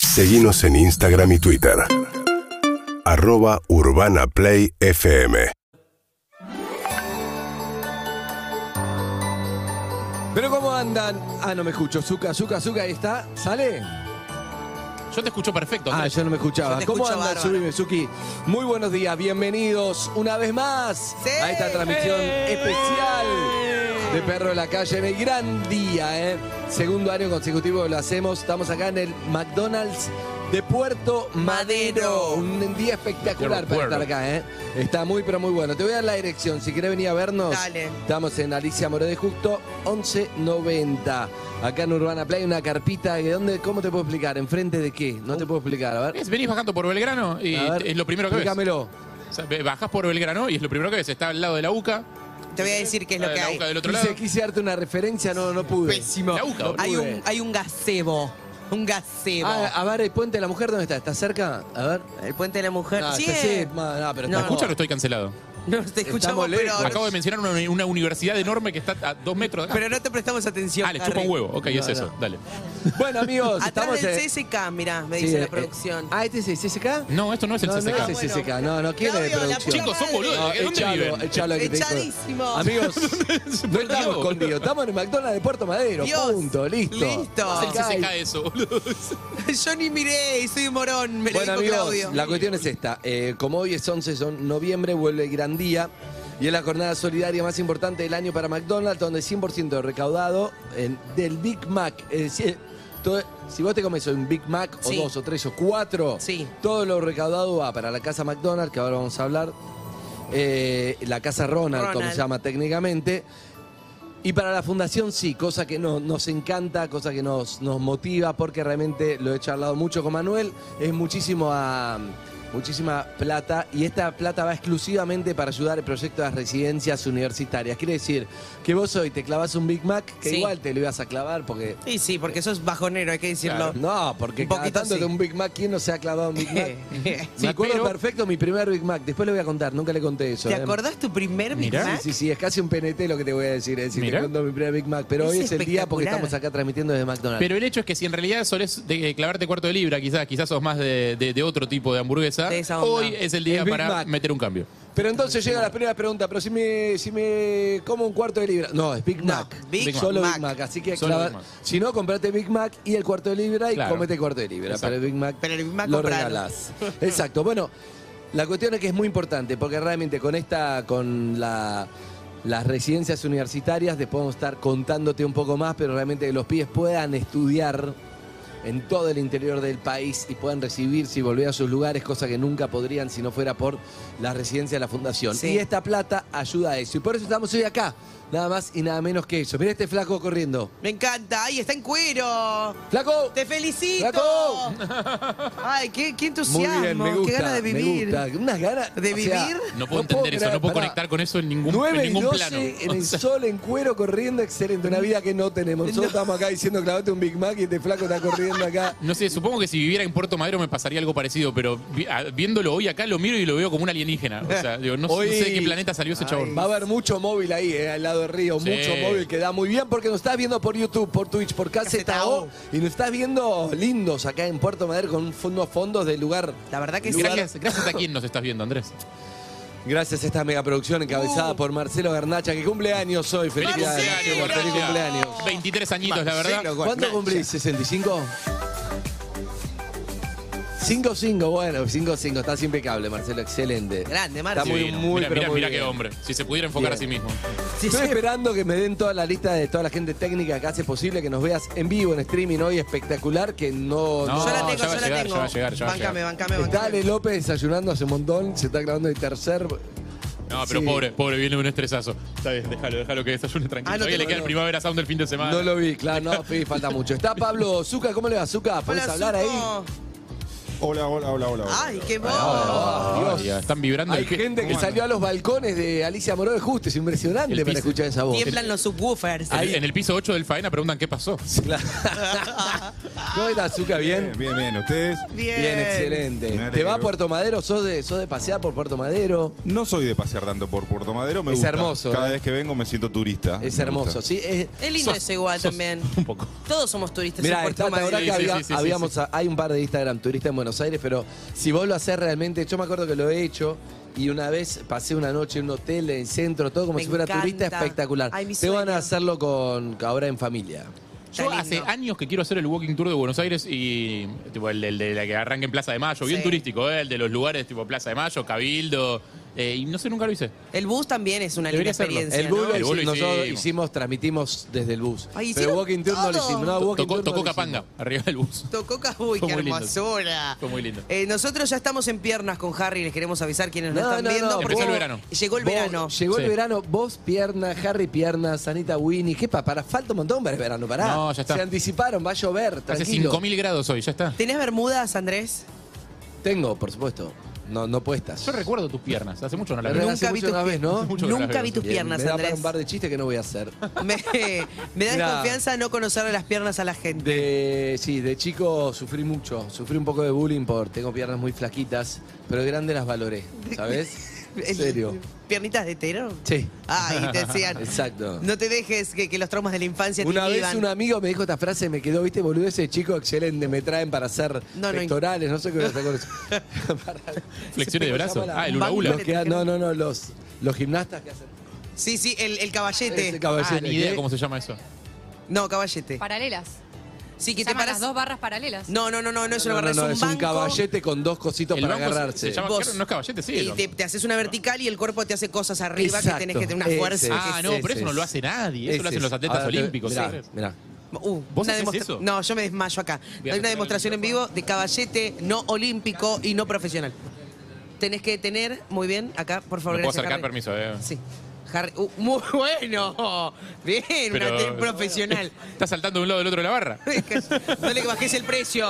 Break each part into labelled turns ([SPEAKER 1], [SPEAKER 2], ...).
[SPEAKER 1] Seguimos en Instagram y Twitter. Arroba Urbana Play FM.
[SPEAKER 2] Pero ¿cómo andan? Ah, no me escucho. Zuka, Zuka, Zuka, ahí está. ¿Sale?
[SPEAKER 3] Yo te escucho perfecto.
[SPEAKER 2] Ah,
[SPEAKER 3] Andrés.
[SPEAKER 2] yo no me escuchaba.
[SPEAKER 4] Yo te
[SPEAKER 2] ¿Cómo
[SPEAKER 4] escucho
[SPEAKER 2] andan,
[SPEAKER 4] bárbaro.
[SPEAKER 2] Subime, Suki? Muy buenos días, bienvenidos una vez más
[SPEAKER 4] Sí.
[SPEAKER 2] a esta transmisión especial de Perro de la Calle. En el gran día, ¿eh? Segundo año consecutivo que lo hacemos. Estamos acá en el McDonald's de Puerto Madero.
[SPEAKER 4] Madero.
[SPEAKER 2] Un día espectacular para
[SPEAKER 3] Puerto.
[SPEAKER 2] estar acá, ¿eh? Está muy, pero muy bueno. Te voy a dar la dirección. Si querés venir a vernos,
[SPEAKER 4] Dale.
[SPEAKER 2] Estamos en Alicia Moré de Justo, 1190. Acá en Urbana Play, una carpita. que dónde, ¿Cómo te puedo explicar? ¿Enfrente de qué? No te puedo explicar. A ver.
[SPEAKER 3] Es, Venís bajando por Belgrano y
[SPEAKER 2] A ver,
[SPEAKER 3] es lo primero que
[SPEAKER 2] explícamelo.
[SPEAKER 3] ves. O sea, ve- bajás por Belgrano y es lo primero que ves. Está al lado de la UCA.
[SPEAKER 4] Te voy a decir qué es lo
[SPEAKER 3] la
[SPEAKER 4] que
[SPEAKER 3] la
[SPEAKER 4] hay.
[SPEAKER 3] UCA del otro
[SPEAKER 2] Quise,
[SPEAKER 3] lado.
[SPEAKER 2] quise darte una referencia, no, no pude.
[SPEAKER 4] Pésimo.
[SPEAKER 3] La UCA, boludo.
[SPEAKER 4] Hay
[SPEAKER 2] Pude.
[SPEAKER 4] un, hay un gazebo. Un gazebo.
[SPEAKER 2] Ah, a ver, el puente de la mujer, ¿dónde está? ¿Está cerca? A ver.
[SPEAKER 4] el puente de la mujer.
[SPEAKER 2] Ah,
[SPEAKER 4] sí,
[SPEAKER 2] está-
[SPEAKER 4] eh.
[SPEAKER 2] ma- no, pero
[SPEAKER 4] No.
[SPEAKER 3] ¿Me
[SPEAKER 2] estamos-
[SPEAKER 3] escuchan o estoy cancelado?
[SPEAKER 4] No te escuchamos, pero,
[SPEAKER 2] lejos.
[SPEAKER 3] Acabo de mencionar una, uni- una universidad enorme que está a dos metros de acá.
[SPEAKER 4] pero no te prestamos atención.
[SPEAKER 3] ah, le
[SPEAKER 4] Harry.
[SPEAKER 3] chupa un huevo. Ok, es
[SPEAKER 2] No,
[SPEAKER 3] eso.
[SPEAKER 2] no.
[SPEAKER 3] Dale.
[SPEAKER 2] Bueno, amigos,
[SPEAKER 4] Atrás
[SPEAKER 2] estamos
[SPEAKER 4] del
[SPEAKER 2] en-
[SPEAKER 4] CSK, mirá, me
[SPEAKER 2] sí,
[SPEAKER 4] dice
[SPEAKER 2] eh,
[SPEAKER 4] la
[SPEAKER 2] eh,
[SPEAKER 4] producción.
[SPEAKER 2] Ah, este es el CSK.
[SPEAKER 3] No, esto no es el
[SPEAKER 2] No,
[SPEAKER 3] CCK.
[SPEAKER 2] no es el CSK. No, no, ¿quién
[SPEAKER 4] Te
[SPEAKER 2] es de
[SPEAKER 4] odio, la
[SPEAKER 2] producción?
[SPEAKER 4] puta
[SPEAKER 3] Chicos, son
[SPEAKER 4] madre.
[SPEAKER 3] boludos.
[SPEAKER 2] No,
[SPEAKER 3] Eh, ¿Dónde
[SPEAKER 2] echalo,
[SPEAKER 3] viven?
[SPEAKER 2] echalo que te dijo.
[SPEAKER 4] Echadísimo.
[SPEAKER 2] Amigos, no
[SPEAKER 3] Por
[SPEAKER 2] estamos
[SPEAKER 3] Dios.
[SPEAKER 2] escondidos, estamos en el McDonald's de Puerto Madero.
[SPEAKER 4] Dios.
[SPEAKER 2] Punto, listo.
[SPEAKER 4] Listo.
[SPEAKER 3] Es el CCK eso, boludo.
[SPEAKER 4] Yo ni miré y soy un morón, me
[SPEAKER 2] Bueno,
[SPEAKER 4] lo dijo
[SPEAKER 2] amigos,
[SPEAKER 4] Claudio.
[SPEAKER 2] la cuestión es esta. Eh, como hoy es 11 de noviembre, vuelve el gran día. Y es la jornada solidaria más importante del año para McDonald's, donde 100% recaudado en- del Big Mac. Es decir, todo- si vos te comes un Big Mac,
[SPEAKER 4] Sí.
[SPEAKER 2] o dos, o tres, o cuatro,
[SPEAKER 4] Sí.
[SPEAKER 2] todo lo recaudado va para la casa McDonald's, que ahora vamos a hablar. eh, la casa Ronald, como
[SPEAKER 4] Ronald.
[SPEAKER 2] se llama técnicamente. Y para la fundación sí, cosa que no- nos encanta, cosa que nos, nos motiva, porque realmente lo he charlado mucho con Manuel, es muchísimo a- muchísima plata y esta plata va exclusivamente para ayudar el proyecto de las residencias universitarias. Quiere decir que vos hoy te clavas un Big Mac, que
[SPEAKER 4] Sí.
[SPEAKER 2] igual te lo ibas a clavar porque...
[SPEAKER 4] Y sí, porque sos bajonero, hay que decirlo.
[SPEAKER 2] No, porque
[SPEAKER 4] Un
[SPEAKER 2] cada
[SPEAKER 4] poquito
[SPEAKER 2] tanto
[SPEAKER 4] sí.
[SPEAKER 2] de un Big Mac, ¿quién no se ha clavado un Big Mac? Me
[SPEAKER 3] Pero-
[SPEAKER 2] acuerdo perfecto mi primer Big Mac, después le voy a contar, nunca le conté eso.
[SPEAKER 4] ¿Te
[SPEAKER 2] ¿eh?
[SPEAKER 4] acordás tu primer Big
[SPEAKER 3] Mirá.
[SPEAKER 4] Mac?
[SPEAKER 2] Sí, sí, sí, es casi un PNT lo que te voy a decir. Es decir, te
[SPEAKER 3] Mirá.
[SPEAKER 2] cuento mi primer Big Mac. Pero
[SPEAKER 4] Es
[SPEAKER 2] hoy es el día porque
[SPEAKER 4] espectacular.
[SPEAKER 2] estamos acá transmitiendo desde McDonald's.
[SPEAKER 3] Pero el hecho es que si en realidad solés de- eh, clavarte cuarto de libra, quizás, quizás sos más de, de- de otro tipo de hamburguesa,
[SPEAKER 4] De esa onda.
[SPEAKER 3] hoy es el día
[SPEAKER 2] El Big
[SPEAKER 3] para
[SPEAKER 2] Mac.
[SPEAKER 3] meter un cambio.
[SPEAKER 2] Pero entonces llega la primera pregunta, pero si me, si me como un cuarto de libra. No, es Big
[SPEAKER 4] No,
[SPEAKER 2] Mac.
[SPEAKER 4] Big Big
[SPEAKER 2] Solo
[SPEAKER 4] Mac.
[SPEAKER 2] Big Mac. Así que
[SPEAKER 3] Solo
[SPEAKER 2] clava-
[SPEAKER 3] Big Mac.
[SPEAKER 2] si no, comprate Big Mac y el cuarto de libra y
[SPEAKER 3] Claro.
[SPEAKER 2] comete cuarto de libra.
[SPEAKER 3] Exacto.
[SPEAKER 2] Pero el Big Mac,
[SPEAKER 4] Pero el Big Mac
[SPEAKER 2] lo
[SPEAKER 4] compralo.
[SPEAKER 2] regalás. Exacto. Bueno, la cuestión es que es muy importante porque realmente con esta, con la- Las residencias universitarias, después vamos a estar contándote un poco más, pero realmente que los pibes puedan estudiar en todo el interior del país y puedan recibirse y volver a sus lugares, cosa que nunca podrían si no fuera por la residencia de la fundación.
[SPEAKER 4] Sí.
[SPEAKER 2] Y esta plata ayuda a eso. Y por eso estamos hoy acá, nada más y nada menos que eso. Mira este flaco corriendo.
[SPEAKER 4] Me encanta, ahí está en cuero.
[SPEAKER 2] ¡Flaco!
[SPEAKER 4] ¡Te felicito!
[SPEAKER 2] ¡Flaco!
[SPEAKER 4] Ay, qué, qué
[SPEAKER 2] Muy
[SPEAKER 4] entusiasmo,
[SPEAKER 2] bien, me gusta.
[SPEAKER 4] qué ganas de
[SPEAKER 2] me
[SPEAKER 4] vivir.
[SPEAKER 2] gusta. Unas ganas
[SPEAKER 4] ¿De
[SPEAKER 2] o sea,
[SPEAKER 4] vivir?
[SPEAKER 3] No puedo entender eso,
[SPEAKER 2] creer,
[SPEAKER 3] no puedo
[SPEAKER 2] pará.
[SPEAKER 3] conectar con eso en ningún, en
[SPEAKER 2] 9 y
[SPEAKER 3] ningún
[SPEAKER 2] 12
[SPEAKER 3] plano.
[SPEAKER 2] en
[SPEAKER 3] O
[SPEAKER 2] el
[SPEAKER 3] sea,
[SPEAKER 2] sol, en cuero, corriendo, excelente. Una vida que no tenemos. Nosotros estamos acá diciendo clavate un Big Mac y este flaco está corriendo acá.
[SPEAKER 3] no sé, supongo que si viviera en Puerto Madero me pasaría algo parecido, pero vi- a- viéndolo hoy acá lo miro y lo veo como un alienígena. O sea, digo, no,
[SPEAKER 2] Hoy-
[SPEAKER 3] no sé de qué planeta salió ese chabón.
[SPEAKER 2] Va a haber mucho móvil ahí, eh, al lado del río.
[SPEAKER 3] Sí.
[SPEAKER 2] Mucho móvil que da muy bien porque nos estás viendo por YouTube, por Twitch, por KZO.
[SPEAKER 4] KZO.
[SPEAKER 2] Y nos estás viendo lindos acá en Puerto Madero con un- unos fondos del lugar.
[SPEAKER 4] La verdad que sí.
[SPEAKER 3] Gracias, gracias a quien nos estás viendo, Andrés.
[SPEAKER 2] Gracias a esta megaproducción
[SPEAKER 4] Uh.
[SPEAKER 2] encabezada por Marcelo Garnacha, que cumple años hoy.
[SPEAKER 3] Feliz
[SPEAKER 2] Felicidades. Marcelo,
[SPEAKER 3] cumpleaños, Marcelo.
[SPEAKER 2] feliz cumpleaños.
[SPEAKER 3] 23 añitos, la verdad.
[SPEAKER 2] ¿Cuánto cumplís? ¿65? 5-5, bueno, 5-5, estás impecable, Marcelo, excelente.
[SPEAKER 4] Grande,
[SPEAKER 2] Está
[SPEAKER 4] Marcelo.
[SPEAKER 2] muy,
[SPEAKER 3] Divino.
[SPEAKER 2] muy,
[SPEAKER 3] Mira,
[SPEAKER 2] pero
[SPEAKER 3] mira,
[SPEAKER 2] muy
[SPEAKER 3] mira qué
[SPEAKER 2] bien.
[SPEAKER 3] hombre. Si se pudiera enfocar a sí mismo.
[SPEAKER 4] Sí,
[SPEAKER 2] Estoy
[SPEAKER 4] sí.
[SPEAKER 2] esperando que me den toda la lista de toda la gente técnica que hace posible que nos veas en vivo, en streaming hoy espectacular, que no...
[SPEAKER 3] No,
[SPEAKER 4] Yo la tengo,
[SPEAKER 3] ya va a
[SPEAKER 4] yo la
[SPEAKER 3] llegar,
[SPEAKER 4] tengo.
[SPEAKER 3] ya va a llegar, ya va a
[SPEAKER 4] bancame,
[SPEAKER 3] llegar.
[SPEAKER 4] bancame,
[SPEAKER 2] Está Ale
[SPEAKER 4] bancame.
[SPEAKER 2] López desayunando hace un montón, se está grabando el tercer...
[SPEAKER 3] No, pero
[SPEAKER 2] Sí.
[SPEAKER 3] pobre, pobre, viene un estresazo. Está bien, déjalo, déjalo que desayune tranquilo.
[SPEAKER 4] Ah, no
[SPEAKER 3] Todavía
[SPEAKER 4] te-
[SPEAKER 3] le queda el primavera sound del fin de semana.
[SPEAKER 2] No lo vi, claro, no, Fede, falta mucho. Está Pablo Zuca, ¿cómo le va, Zuca? ¿Puedes
[SPEAKER 4] Hola,
[SPEAKER 2] hablar ahí?
[SPEAKER 4] Zuko.
[SPEAKER 5] Hola, hola, hola, hola. hola.
[SPEAKER 4] Ay, qué bueno.
[SPEAKER 3] Ah, ya, están vibrando
[SPEAKER 2] Hay
[SPEAKER 3] el pie.
[SPEAKER 2] gente que salió a los balcones de Alicia Moró de Justo, es impresionante
[SPEAKER 3] El
[SPEAKER 2] para
[SPEAKER 3] piso.
[SPEAKER 2] escuchar esa voz.
[SPEAKER 4] Tiemblan los subwoofers.
[SPEAKER 3] En- En el piso 8 del faena preguntan qué pasó.
[SPEAKER 2] Claro. ¿Cómo está, Zuka? ¿Bien?
[SPEAKER 5] Bien, bien, bien. ¿Ustedes?
[SPEAKER 4] Bien.
[SPEAKER 2] Bien,
[SPEAKER 5] Me
[SPEAKER 2] excelente.
[SPEAKER 5] alegro.
[SPEAKER 2] ¿Te va a Puerto Madero? ¿Sos de, sos de pasear por Puerto Madero?
[SPEAKER 5] No soy de pasear tanto por Puerto Madero, me
[SPEAKER 2] Es
[SPEAKER 5] gusta.
[SPEAKER 2] hermoso,
[SPEAKER 5] Cada
[SPEAKER 2] ¿eh?
[SPEAKER 5] vez que vengo me siento turista.
[SPEAKER 2] Es
[SPEAKER 5] Me
[SPEAKER 2] hermoso,
[SPEAKER 5] gusta.
[SPEAKER 2] ¿sí? Es,
[SPEAKER 4] Es lindo eso igual también.
[SPEAKER 3] Un poco.
[SPEAKER 4] Todos somos turistas
[SPEAKER 2] Mira,
[SPEAKER 4] en Puerto Madero.
[SPEAKER 3] Sí,
[SPEAKER 2] que
[SPEAKER 3] sí,
[SPEAKER 2] había-
[SPEAKER 3] sí, sí,
[SPEAKER 2] habíamos,
[SPEAKER 3] sí.
[SPEAKER 2] a- hay un par de Instagram turistas en Buenos Aires, pero si vos lo hacés realmente, yo me acuerdo que lo he hecho y una vez pasé una noche en un hotel, en el centro, todo como
[SPEAKER 4] Me
[SPEAKER 2] si fuera
[SPEAKER 4] encanta.
[SPEAKER 2] turista, espectacular.
[SPEAKER 4] Ay, mi
[SPEAKER 2] Te van
[SPEAKER 4] sueño.
[SPEAKER 2] a hacerlo con ahora en familia.
[SPEAKER 4] Está
[SPEAKER 3] Yo
[SPEAKER 4] lindo.
[SPEAKER 3] hace años que quiero hacer el Walking Tour de Buenos Aires y tipo, el, el de la que arranca en Plaza de Mayo, bien
[SPEAKER 4] Sí.
[SPEAKER 3] turístico, ¿eh? el de los lugares tipo Plaza de Mayo, Cabildo, eh, y no sé, nunca lo hice.
[SPEAKER 4] El bus también es una linda
[SPEAKER 3] Debería hacerlo.
[SPEAKER 4] experiencia.
[SPEAKER 2] El bus,
[SPEAKER 4] ¿no?
[SPEAKER 2] lo
[SPEAKER 3] El bus lo
[SPEAKER 2] hicimos, nosotros
[SPEAKER 3] hicimos.
[SPEAKER 2] hicimos, transmitimos desde el bus.
[SPEAKER 4] Ay,
[SPEAKER 2] pero
[SPEAKER 4] hicieron
[SPEAKER 2] Walking Tour no lo
[SPEAKER 4] todo.
[SPEAKER 2] hicimos. No, Ah, Walking
[SPEAKER 3] Tocó,
[SPEAKER 2] Tour no
[SPEAKER 3] tocó
[SPEAKER 2] lo hicimos.
[SPEAKER 3] Capanga, arriba del bus.
[SPEAKER 4] Tocó ca- Uy,
[SPEAKER 3] Fue
[SPEAKER 4] qué
[SPEAKER 3] muy lindo.
[SPEAKER 4] hermosura.
[SPEAKER 3] Fue muy lindo.
[SPEAKER 4] Eh, nosotros ya estamos en piernas con Harry, les queremos avisar quienes nos
[SPEAKER 2] No,
[SPEAKER 4] están
[SPEAKER 2] no, no,
[SPEAKER 4] viendo.
[SPEAKER 2] vos-
[SPEAKER 3] Empezó el verano.
[SPEAKER 4] Llegó el
[SPEAKER 2] Vos-
[SPEAKER 4] verano.
[SPEAKER 2] Llegó el
[SPEAKER 3] Sí.
[SPEAKER 2] verano, vos pierna, Harry pierna, Sanita Winnie, ¿qué pa- para? Falta un montón para el verano, pará.
[SPEAKER 3] No, ya está.
[SPEAKER 2] Se anticiparon, va a llover,
[SPEAKER 3] Hace
[SPEAKER 2] tranquilo.
[SPEAKER 3] 5.000 grados hoy, ya está.
[SPEAKER 4] ¿Tenés bermudas, Andrés?
[SPEAKER 2] Tengo, por supuesto. No, no puestas.
[SPEAKER 3] Yo recuerdo tus piernas, hace mucho no las
[SPEAKER 2] Pero
[SPEAKER 3] veo.
[SPEAKER 4] Nunca
[SPEAKER 2] hace
[SPEAKER 4] vi
[SPEAKER 2] mucho
[SPEAKER 4] tus
[SPEAKER 2] una
[SPEAKER 4] pi-
[SPEAKER 2] vez, ¿no?
[SPEAKER 3] Mucho que no las
[SPEAKER 4] Nunca
[SPEAKER 3] veo,
[SPEAKER 4] vi
[SPEAKER 3] sí.
[SPEAKER 4] tus
[SPEAKER 2] Bien,
[SPEAKER 4] piernas,
[SPEAKER 2] me da para
[SPEAKER 4] Andrés.
[SPEAKER 2] un par de chistes que no voy a hacer.
[SPEAKER 4] Me, me da
[SPEAKER 2] Mirá.
[SPEAKER 4] desconfianza no conocer las piernas a la gente.
[SPEAKER 2] De, sí, de chico sufrí mucho. Sufrí un poco de bullying por tengo piernas muy flaquitas, pero de grande las valoré, ¿sabes? En serio.
[SPEAKER 4] ¿Piernitas de tero?
[SPEAKER 2] Sí,
[SPEAKER 4] Ah, y te decían.
[SPEAKER 2] exacto.
[SPEAKER 4] No te dejes que, que los traumas de la infancia
[SPEAKER 2] Una
[SPEAKER 4] te
[SPEAKER 2] vez
[SPEAKER 4] inhiban.
[SPEAKER 2] un amigo me dijo esta frase, me quedó, viste, boludo, ese chico excelente, me traen para hacer
[SPEAKER 4] No, no,
[SPEAKER 2] pectorales, no, sé qué voy a hacer con eso. Para- ¿cómo se
[SPEAKER 3] Flexiones de brazo.
[SPEAKER 2] llama la-
[SPEAKER 3] Ah, el hula hula.
[SPEAKER 2] Los que- no, no, no, los, los gimnastas que hacen.
[SPEAKER 4] Sí, sí, el, el
[SPEAKER 2] Ese
[SPEAKER 4] caballete. Ah,
[SPEAKER 3] Ah,
[SPEAKER 2] caballete
[SPEAKER 3] ni idea
[SPEAKER 2] que-
[SPEAKER 3] cómo se llama eso.
[SPEAKER 4] No, caballete.
[SPEAKER 6] Paralelas.
[SPEAKER 4] Sí, que
[SPEAKER 6] ¿Qué
[SPEAKER 4] te paras.
[SPEAKER 6] las dos barras paralelas?
[SPEAKER 4] No, no, no, no, no es una
[SPEAKER 2] No, no,
[SPEAKER 4] barra,
[SPEAKER 2] no,
[SPEAKER 4] es un banco.
[SPEAKER 2] caballete con dos cositos
[SPEAKER 3] El
[SPEAKER 2] para
[SPEAKER 3] banco se-
[SPEAKER 2] agarrarse.
[SPEAKER 3] se llama-
[SPEAKER 4] Vos-
[SPEAKER 3] claro, no es caballete, sí. el
[SPEAKER 4] Y
[SPEAKER 3] banco.
[SPEAKER 4] te, te haces una vertical y el cuerpo te hace cosas arriba
[SPEAKER 2] Exacto,
[SPEAKER 4] que tenés que tener
[SPEAKER 2] ese.
[SPEAKER 4] una fuerza.
[SPEAKER 3] Ah,
[SPEAKER 2] es
[SPEAKER 3] no,
[SPEAKER 2] ese,
[SPEAKER 3] pero eso no
[SPEAKER 2] es.
[SPEAKER 3] lo hace nadie. Eso lo hacen los atletas olímpicos.
[SPEAKER 2] Mira,
[SPEAKER 3] ¿sabes?
[SPEAKER 4] Uh,
[SPEAKER 3] ¿Vos
[SPEAKER 4] una
[SPEAKER 3] hacés
[SPEAKER 4] demostra-
[SPEAKER 3] eso?
[SPEAKER 4] No, yo me desmayo acá.
[SPEAKER 3] Voy a
[SPEAKER 4] Hay una
[SPEAKER 3] cerrar el
[SPEAKER 4] demostración en vivo de caballete no olímpico y no profesional. Tenés que tener, muy bien, acá, por favor,
[SPEAKER 3] ¿Me puedo
[SPEAKER 4] gracias,
[SPEAKER 3] acercar?
[SPEAKER 4] Harry.
[SPEAKER 3] Permiso, eh.
[SPEAKER 4] Sí. Harry, uh, muy bueno. Bien,
[SPEAKER 3] Pero-
[SPEAKER 4] una tele profesional.
[SPEAKER 3] Está saltando de un lado del otro de la barra.
[SPEAKER 4] No le bajes el precio.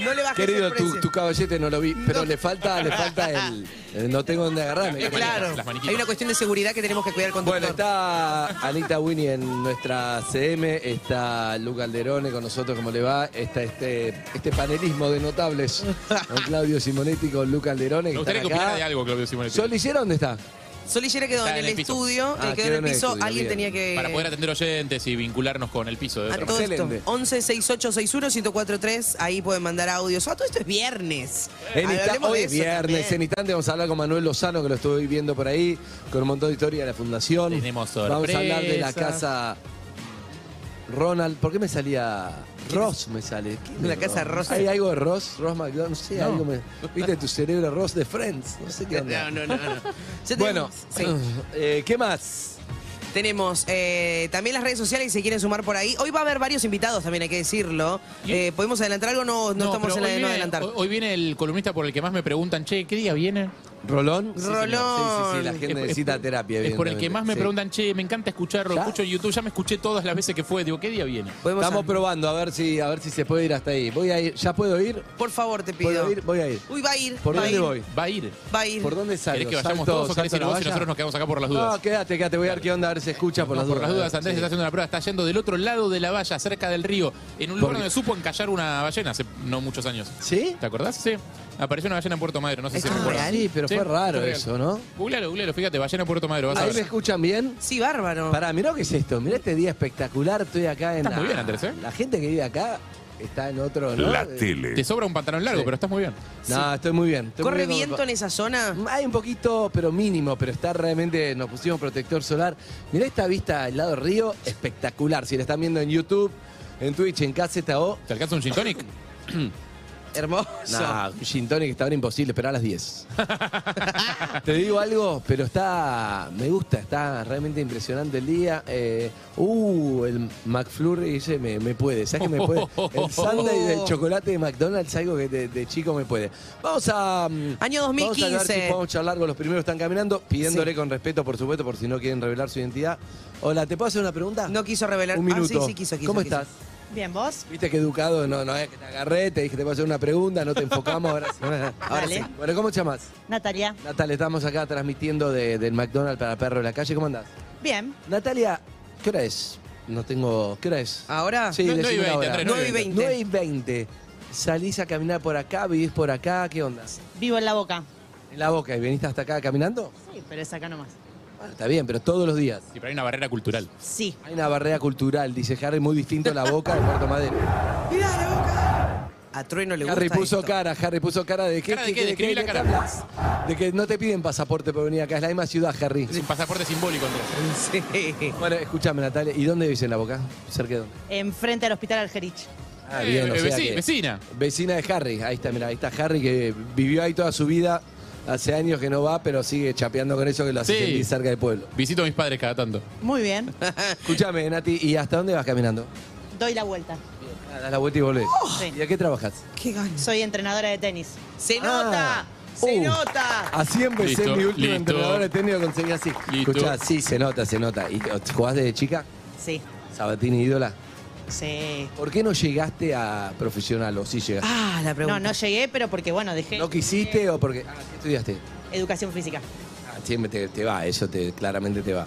[SPEAKER 4] No le bajes
[SPEAKER 2] Querido,
[SPEAKER 4] el
[SPEAKER 2] tu,
[SPEAKER 4] precio.
[SPEAKER 2] tu caballete no lo vi, pero
[SPEAKER 4] No.
[SPEAKER 2] le falta, le falta el, el No tengo dónde agarrarme.
[SPEAKER 4] Claro,
[SPEAKER 3] Las maniquitas.
[SPEAKER 4] hay una cuestión de seguridad que tenemos que cuidar con
[SPEAKER 2] Bueno, está Anita Winnie en nuestra CM, está Luca Alderone con nosotros, ¿cómo le va? Está este, este panelismo de notables con Claudio Simonetti, con Luca Alderone.
[SPEAKER 3] Me
[SPEAKER 2] Que
[SPEAKER 3] gustaría que
[SPEAKER 2] están
[SPEAKER 3] opinara de
[SPEAKER 2] acá.
[SPEAKER 3] algo, Claudio Simonetti.
[SPEAKER 2] ¿Sol hicieron dónde está?
[SPEAKER 4] Solillera quedó
[SPEAKER 3] Está
[SPEAKER 4] en
[SPEAKER 3] en
[SPEAKER 4] el,
[SPEAKER 3] el piso.
[SPEAKER 4] estudio,
[SPEAKER 2] Ah,
[SPEAKER 4] eh, quedó en el piso,
[SPEAKER 2] estudio,
[SPEAKER 4] alguien
[SPEAKER 2] bien.
[SPEAKER 4] tenía que...
[SPEAKER 3] Para poder atender oyentes y vincularnos con el piso. De
[SPEAKER 4] A
[SPEAKER 3] otra
[SPEAKER 4] todo esto,
[SPEAKER 2] Excelente.
[SPEAKER 4] 11 68 61 1043 ahí pueden mandar audios. Ah, todo esto es viernes.
[SPEAKER 2] En
[SPEAKER 4] Ay,
[SPEAKER 2] Insta-
[SPEAKER 4] hablemos
[SPEAKER 2] hoy
[SPEAKER 4] de
[SPEAKER 2] es
[SPEAKER 4] eso
[SPEAKER 2] viernes,
[SPEAKER 4] también.
[SPEAKER 2] en instante vamos a hablar con Manuel Lozano, que lo estoy viendo por ahí, con un montón de historia de la fundación.
[SPEAKER 3] Tenemos
[SPEAKER 2] Vamos a hablar de la
[SPEAKER 3] sorpresas.
[SPEAKER 2] casa Ronald. ¿Por qué me salía Ross? Me sale. ¿Qué
[SPEAKER 4] La
[SPEAKER 2] es
[SPEAKER 4] casa Ross.
[SPEAKER 2] ¿Hay algo de Ross? Ross McDonald, no sé, algo me. Viste tu cerebro Ross de Friends. No sé qué onda.
[SPEAKER 4] No, no, no. no. Ya
[SPEAKER 2] Bueno, ah.
[SPEAKER 4] tenemos- sí.
[SPEAKER 2] eh, ¿qué más?
[SPEAKER 4] Tenemos eh, también las redes sociales si se quieren sumar por ahí. Hoy va a haber varios invitados también, hay que decirlo.
[SPEAKER 3] ¿Y?
[SPEAKER 4] Eh, ¿Podemos adelantar algo? No, no,
[SPEAKER 2] Ah,
[SPEAKER 4] estamos
[SPEAKER 3] pero
[SPEAKER 4] en la
[SPEAKER 3] hoy
[SPEAKER 4] de no
[SPEAKER 3] viene-
[SPEAKER 4] adelantar.
[SPEAKER 3] Hoy, hoy viene el columnista por el que más me preguntan, che, ¿qué día viene?
[SPEAKER 2] ¿Rolón?
[SPEAKER 4] Sí, señor. Rolón.
[SPEAKER 2] Sí, sí, sí, la gente
[SPEAKER 3] Es- es
[SPEAKER 2] necesita
[SPEAKER 3] por-
[SPEAKER 2] terapia.
[SPEAKER 3] Es por el
[SPEAKER 2] evidentemente.
[SPEAKER 3] que más me
[SPEAKER 2] Sí.
[SPEAKER 3] preguntan, che, me encanta escucharlo,
[SPEAKER 2] ¿Ya?
[SPEAKER 3] escucho en YouTube, ya me escuché todas las veces que fue, digo, ¿qué día viene?
[SPEAKER 4] Podemos
[SPEAKER 2] Estamos
[SPEAKER 4] a-
[SPEAKER 2] probando a ver si a ver si se puede ir hasta ahí. Voy a ir, ¿ya puedo ir?
[SPEAKER 4] Por favor, te pido.
[SPEAKER 2] ¿Puedo ir? Voy a ir.
[SPEAKER 4] Uy, va a ir.
[SPEAKER 2] ¿Por
[SPEAKER 4] va a
[SPEAKER 2] dónde
[SPEAKER 4] ir,
[SPEAKER 2] voy?
[SPEAKER 3] Va a ir.
[SPEAKER 4] Va a ir.
[SPEAKER 2] ¿Por dónde salgo?
[SPEAKER 3] ¿Querés que vayamos
[SPEAKER 2] ¿Salto-
[SPEAKER 3] todos o querés
[SPEAKER 2] salto
[SPEAKER 3] ir
[SPEAKER 2] a la
[SPEAKER 3] vos y
[SPEAKER 2] valla?
[SPEAKER 3] nosotros nos quedamos acá por las dudas?
[SPEAKER 2] No, quédate, quédate, voy a ver qué onda, a ver si escucha por
[SPEAKER 3] No,
[SPEAKER 2] las
[SPEAKER 3] por
[SPEAKER 2] dudas.
[SPEAKER 3] las dudas, Andrés
[SPEAKER 2] Sí.
[SPEAKER 3] está haciendo una prueba, está yendo del otro lado de la valla, cerca del río, en un lugar
[SPEAKER 2] Porque-
[SPEAKER 3] donde supo encallar una ballena hace no muchos años.
[SPEAKER 2] ¿Sí?
[SPEAKER 3] ¿Te acordás? Sí. Apareció una ballena en Puerto Madero, no sé si
[SPEAKER 4] ¿Esto es
[SPEAKER 3] recuerdas.
[SPEAKER 4] real?
[SPEAKER 2] Sí, pero fue raro
[SPEAKER 3] real.
[SPEAKER 2] eso, ¿no?
[SPEAKER 3] Googlealo, googlealo, fíjate, ballena en Puerto Madero, vas a
[SPEAKER 2] ¿Ahí
[SPEAKER 3] ver.
[SPEAKER 2] me escuchan bien?
[SPEAKER 4] Sí, bárbaro.
[SPEAKER 2] Pará, mirá qué es esto, mirá este día espectacular, estoy acá en...
[SPEAKER 3] Estás
[SPEAKER 2] la-
[SPEAKER 3] muy bien, Andrés, ¿eh?
[SPEAKER 2] La gente que vive acá está en otro... ¿no?
[SPEAKER 1] La
[SPEAKER 2] Eh,
[SPEAKER 1] tele.
[SPEAKER 3] Te sobra un pantalón largo,
[SPEAKER 2] Sí.
[SPEAKER 3] pero estás muy bien.
[SPEAKER 2] No, estoy muy bien. estoy muy
[SPEAKER 4] ¿Corre
[SPEAKER 2] bien
[SPEAKER 4] viento
[SPEAKER 2] con-
[SPEAKER 4] en esa zona?
[SPEAKER 2] Hay un poquito, pero mínimo, pero está realmente, nos pusimos protector solar. Mirá esta vista al lado del río, espectacular. Si la están viendo en YouTube, en Twitch, en KZO,
[SPEAKER 3] ¿Te alcanza un gin tonic?
[SPEAKER 4] Hermoso.
[SPEAKER 2] Nah, gin tonic está ahora imposible, esperá a las 10. Te digo algo, pero está, me gusta, está realmente impresionante el día. Eh, uh, el McFlurry dice, me, me puede, ¿sabes que me puede? El sundae del chocolate de McDonald's, algo que de, de chico me puede. Vamos a... mm,
[SPEAKER 4] Año
[SPEAKER 2] Vamos a ver
[SPEAKER 4] 2015.
[SPEAKER 2] si podemos charlar con los primeros que están caminando, pidiéndole
[SPEAKER 4] Sí.
[SPEAKER 2] con respeto, por supuesto, por si no quieren revelar su identidad. Hola, ¿te puedo hacer una pregunta?
[SPEAKER 4] No quiso revelar.
[SPEAKER 2] Un
[SPEAKER 4] Ah,
[SPEAKER 2] minuto.
[SPEAKER 4] sí, sí, quiso, quiso,
[SPEAKER 2] ¿Cómo
[SPEAKER 4] quiso.
[SPEAKER 2] estás?
[SPEAKER 6] Bien, ¿vos?
[SPEAKER 2] Viste que educado, no, no es que te agarré, te dije te voy a hacer una pregunta, no te enfocamos, ahora sí. Ahora
[SPEAKER 6] Dale.
[SPEAKER 2] sí. Bueno, ¿cómo te llamas?
[SPEAKER 6] Natalia.
[SPEAKER 2] Natalia, estamos acá transmitiendo de- del McDonald's para Perro de la Calle. ¿Cómo andás?
[SPEAKER 6] Bien.
[SPEAKER 2] Natalia, ¿qué hora es? No tengo. ¿Qué hora es?
[SPEAKER 4] ¿Ahora?
[SPEAKER 2] Sí,
[SPEAKER 3] No, no
[SPEAKER 2] decime
[SPEAKER 3] hay
[SPEAKER 2] la
[SPEAKER 3] 20,
[SPEAKER 2] hora.
[SPEAKER 3] Andrés,
[SPEAKER 4] 9 y 20.
[SPEAKER 2] 9 y 20. Salís a caminar por acá, vivís por acá, ¿qué onda?
[SPEAKER 6] Vivo en la boca.
[SPEAKER 2] En la boca, ¿y veniste hasta acá caminando?
[SPEAKER 6] Sí, pero es acá nomás.
[SPEAKER 2] Bueno, está bien, pero todos los días.
[SPEAKER 3] Sí, pero hay una barrera cultural.
[SPEAKER 6] Sí.
[SPEAKER 2] Hay una barrera cultural, dice Harry, muy distinto a la boca de Puerto Madero.
[SPEAKER 4] Mirá la boca. A Trueno le gusta
[SPEAKER 2] Harry puso
[SPEAKER 4] esto.
[SPEAKER 2] cara, Harry puso cara de que,
[SPEAKER 3] ¿Cara de qué? Describí la cara.
[SPEAKER 2] hablas? De que no te piden pasaporte para venir acá, es la misma ciudad, Harry.
[SPEAKER 3] Es un pasaporte simbólico entonces.
[SPEAKER 4] Sí.
[SPEAKER 2] Bueno, escúchame, Natalia, ¿y dónde vivís en la boca? ¿Cerca de dónde?
[SPEAKER 6] Enfrente al hospital Algerich.
[SPEAKER 2] Ah,
[SPEAKER 3] Eh,
[SPEAKER 2] bien, o
[SPEAKER 3] eh,
[SPEAKER 2] sea
[SPEAKER 3] veci-
[SPEAKER 2] que-
[SPEAKER 3] Vecina.
[SPEAKER 2] Vecina de Harry, ahí está, mira, ahí está Harry que vivió ahí toda su vida, hace años que no va, pero sigue chapeando con eso que lo hace
[SPEAKER 3] Sí.
[SPEAKER 2] sentir cerca del pueblo.
[SPEAKER 3] Visito a mis padres cada tanto.
[SPEAKER 6] Muy bien.
[SPEAKER 2] Escúchame, Nati, ¿y hasta dónde vas caminando?
[SPEAKER 6] Doy la vuelta.
[SPEAKER 2] Ah, das la vuelta y volvés.
[SPEAKER 6] Sí.
[SPEAKER 2] ¿Y a qué trabajas?
[SPEAKER 4] Qué ganas.
[SPEAKER 6] Soy entrenadora de tenis.
[SPEAKER 4] Se
[SPEAKER 2] Ah.
[SPEAKER 4] nota. Se
[SPEAKER 2] Uh.
[SPEAKER 4] nota.
[SPEAKER 2] Así empecé
[SPEAKER 3] Listo,
[SPEAKER 2] mi último
[SPEAKER 3] listo.
[SPEAKER 2] entrenador de técnico, conseguí así.
[SPEAKER 3] Listo.
[SPEAKER 2] Escuchá, sí, se nota, se nota. ¿Y jugás desde chica?
[SPEAKER 6] Sí.
[SPEAKER 2] Sabatini, ídola.
[SPEAKER 6] Sí.
[SPEAKER 2] ¿Por qué no llegaste a profesional o sí llegaste?
[SPEAKER 4] Ah, la
[SPEAKER 6] No,
[SPEAKER 4] pregunta.
[SPEAKER 6] no llegué, pero porque, bueno,
[SPEAKER 4] Ah,
[SPEAKER 6] dejé
[SPEAKER 2] ¿No quisiste o porque.? Ah, ¿qué estudiaste?
[SPEAKER 6] educación física.
[SPEAKER 2] Ah, siempre te, te va, eso te, claramente te va.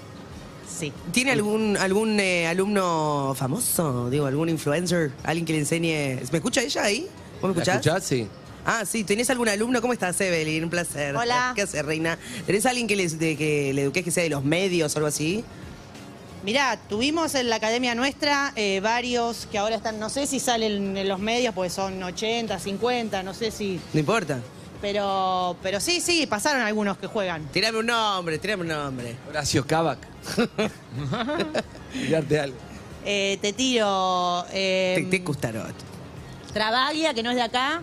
[SPEAKER 6] Sí.
[SPEAKER 4] ¿Tiene algún algún eh, alumno famoso? Digo, algún influencer, alguien que le enseñe. ¿Me escucha ella ahí? ¿Vos me
[SPEAKER 2] ¿La
[SPEAKER 4] escuchás?
[SPEAKER 2] escuchás? Sí.
[SPEAKER 4] Ah, sí, ¿tenés algún alumno? ¿Cómo estás, Evelyn? Un placer.
[SPEAKER 6] Hola.
[SPEAKER 4] ¿Qué haces, reina? ¿Tenés alguien que, les, de- que le eduques que sea de los medios o algo así?
[SPEAKER 6] Mirá, tuvimos en la academia nuestra eh, varios que ahora están, no sé si salen en los medios, porque son 80, 50, no sé si.
[SPEAKER 4] No importa.
[SPEAKER 6] Pero, pero sí, sí, pasaron algunos que juegan.
[SPEAKER 4] Tirame un nombre, tirame un nombre.
[SPEAKER 2] Horacio Kavak. Mirarte algo.
[SPEAKER 6] Eh, te tiro. eh,
[SPEAKER 4] Te, te gustarot.
[SPEAKER 6] Travaglia, que no es de acá.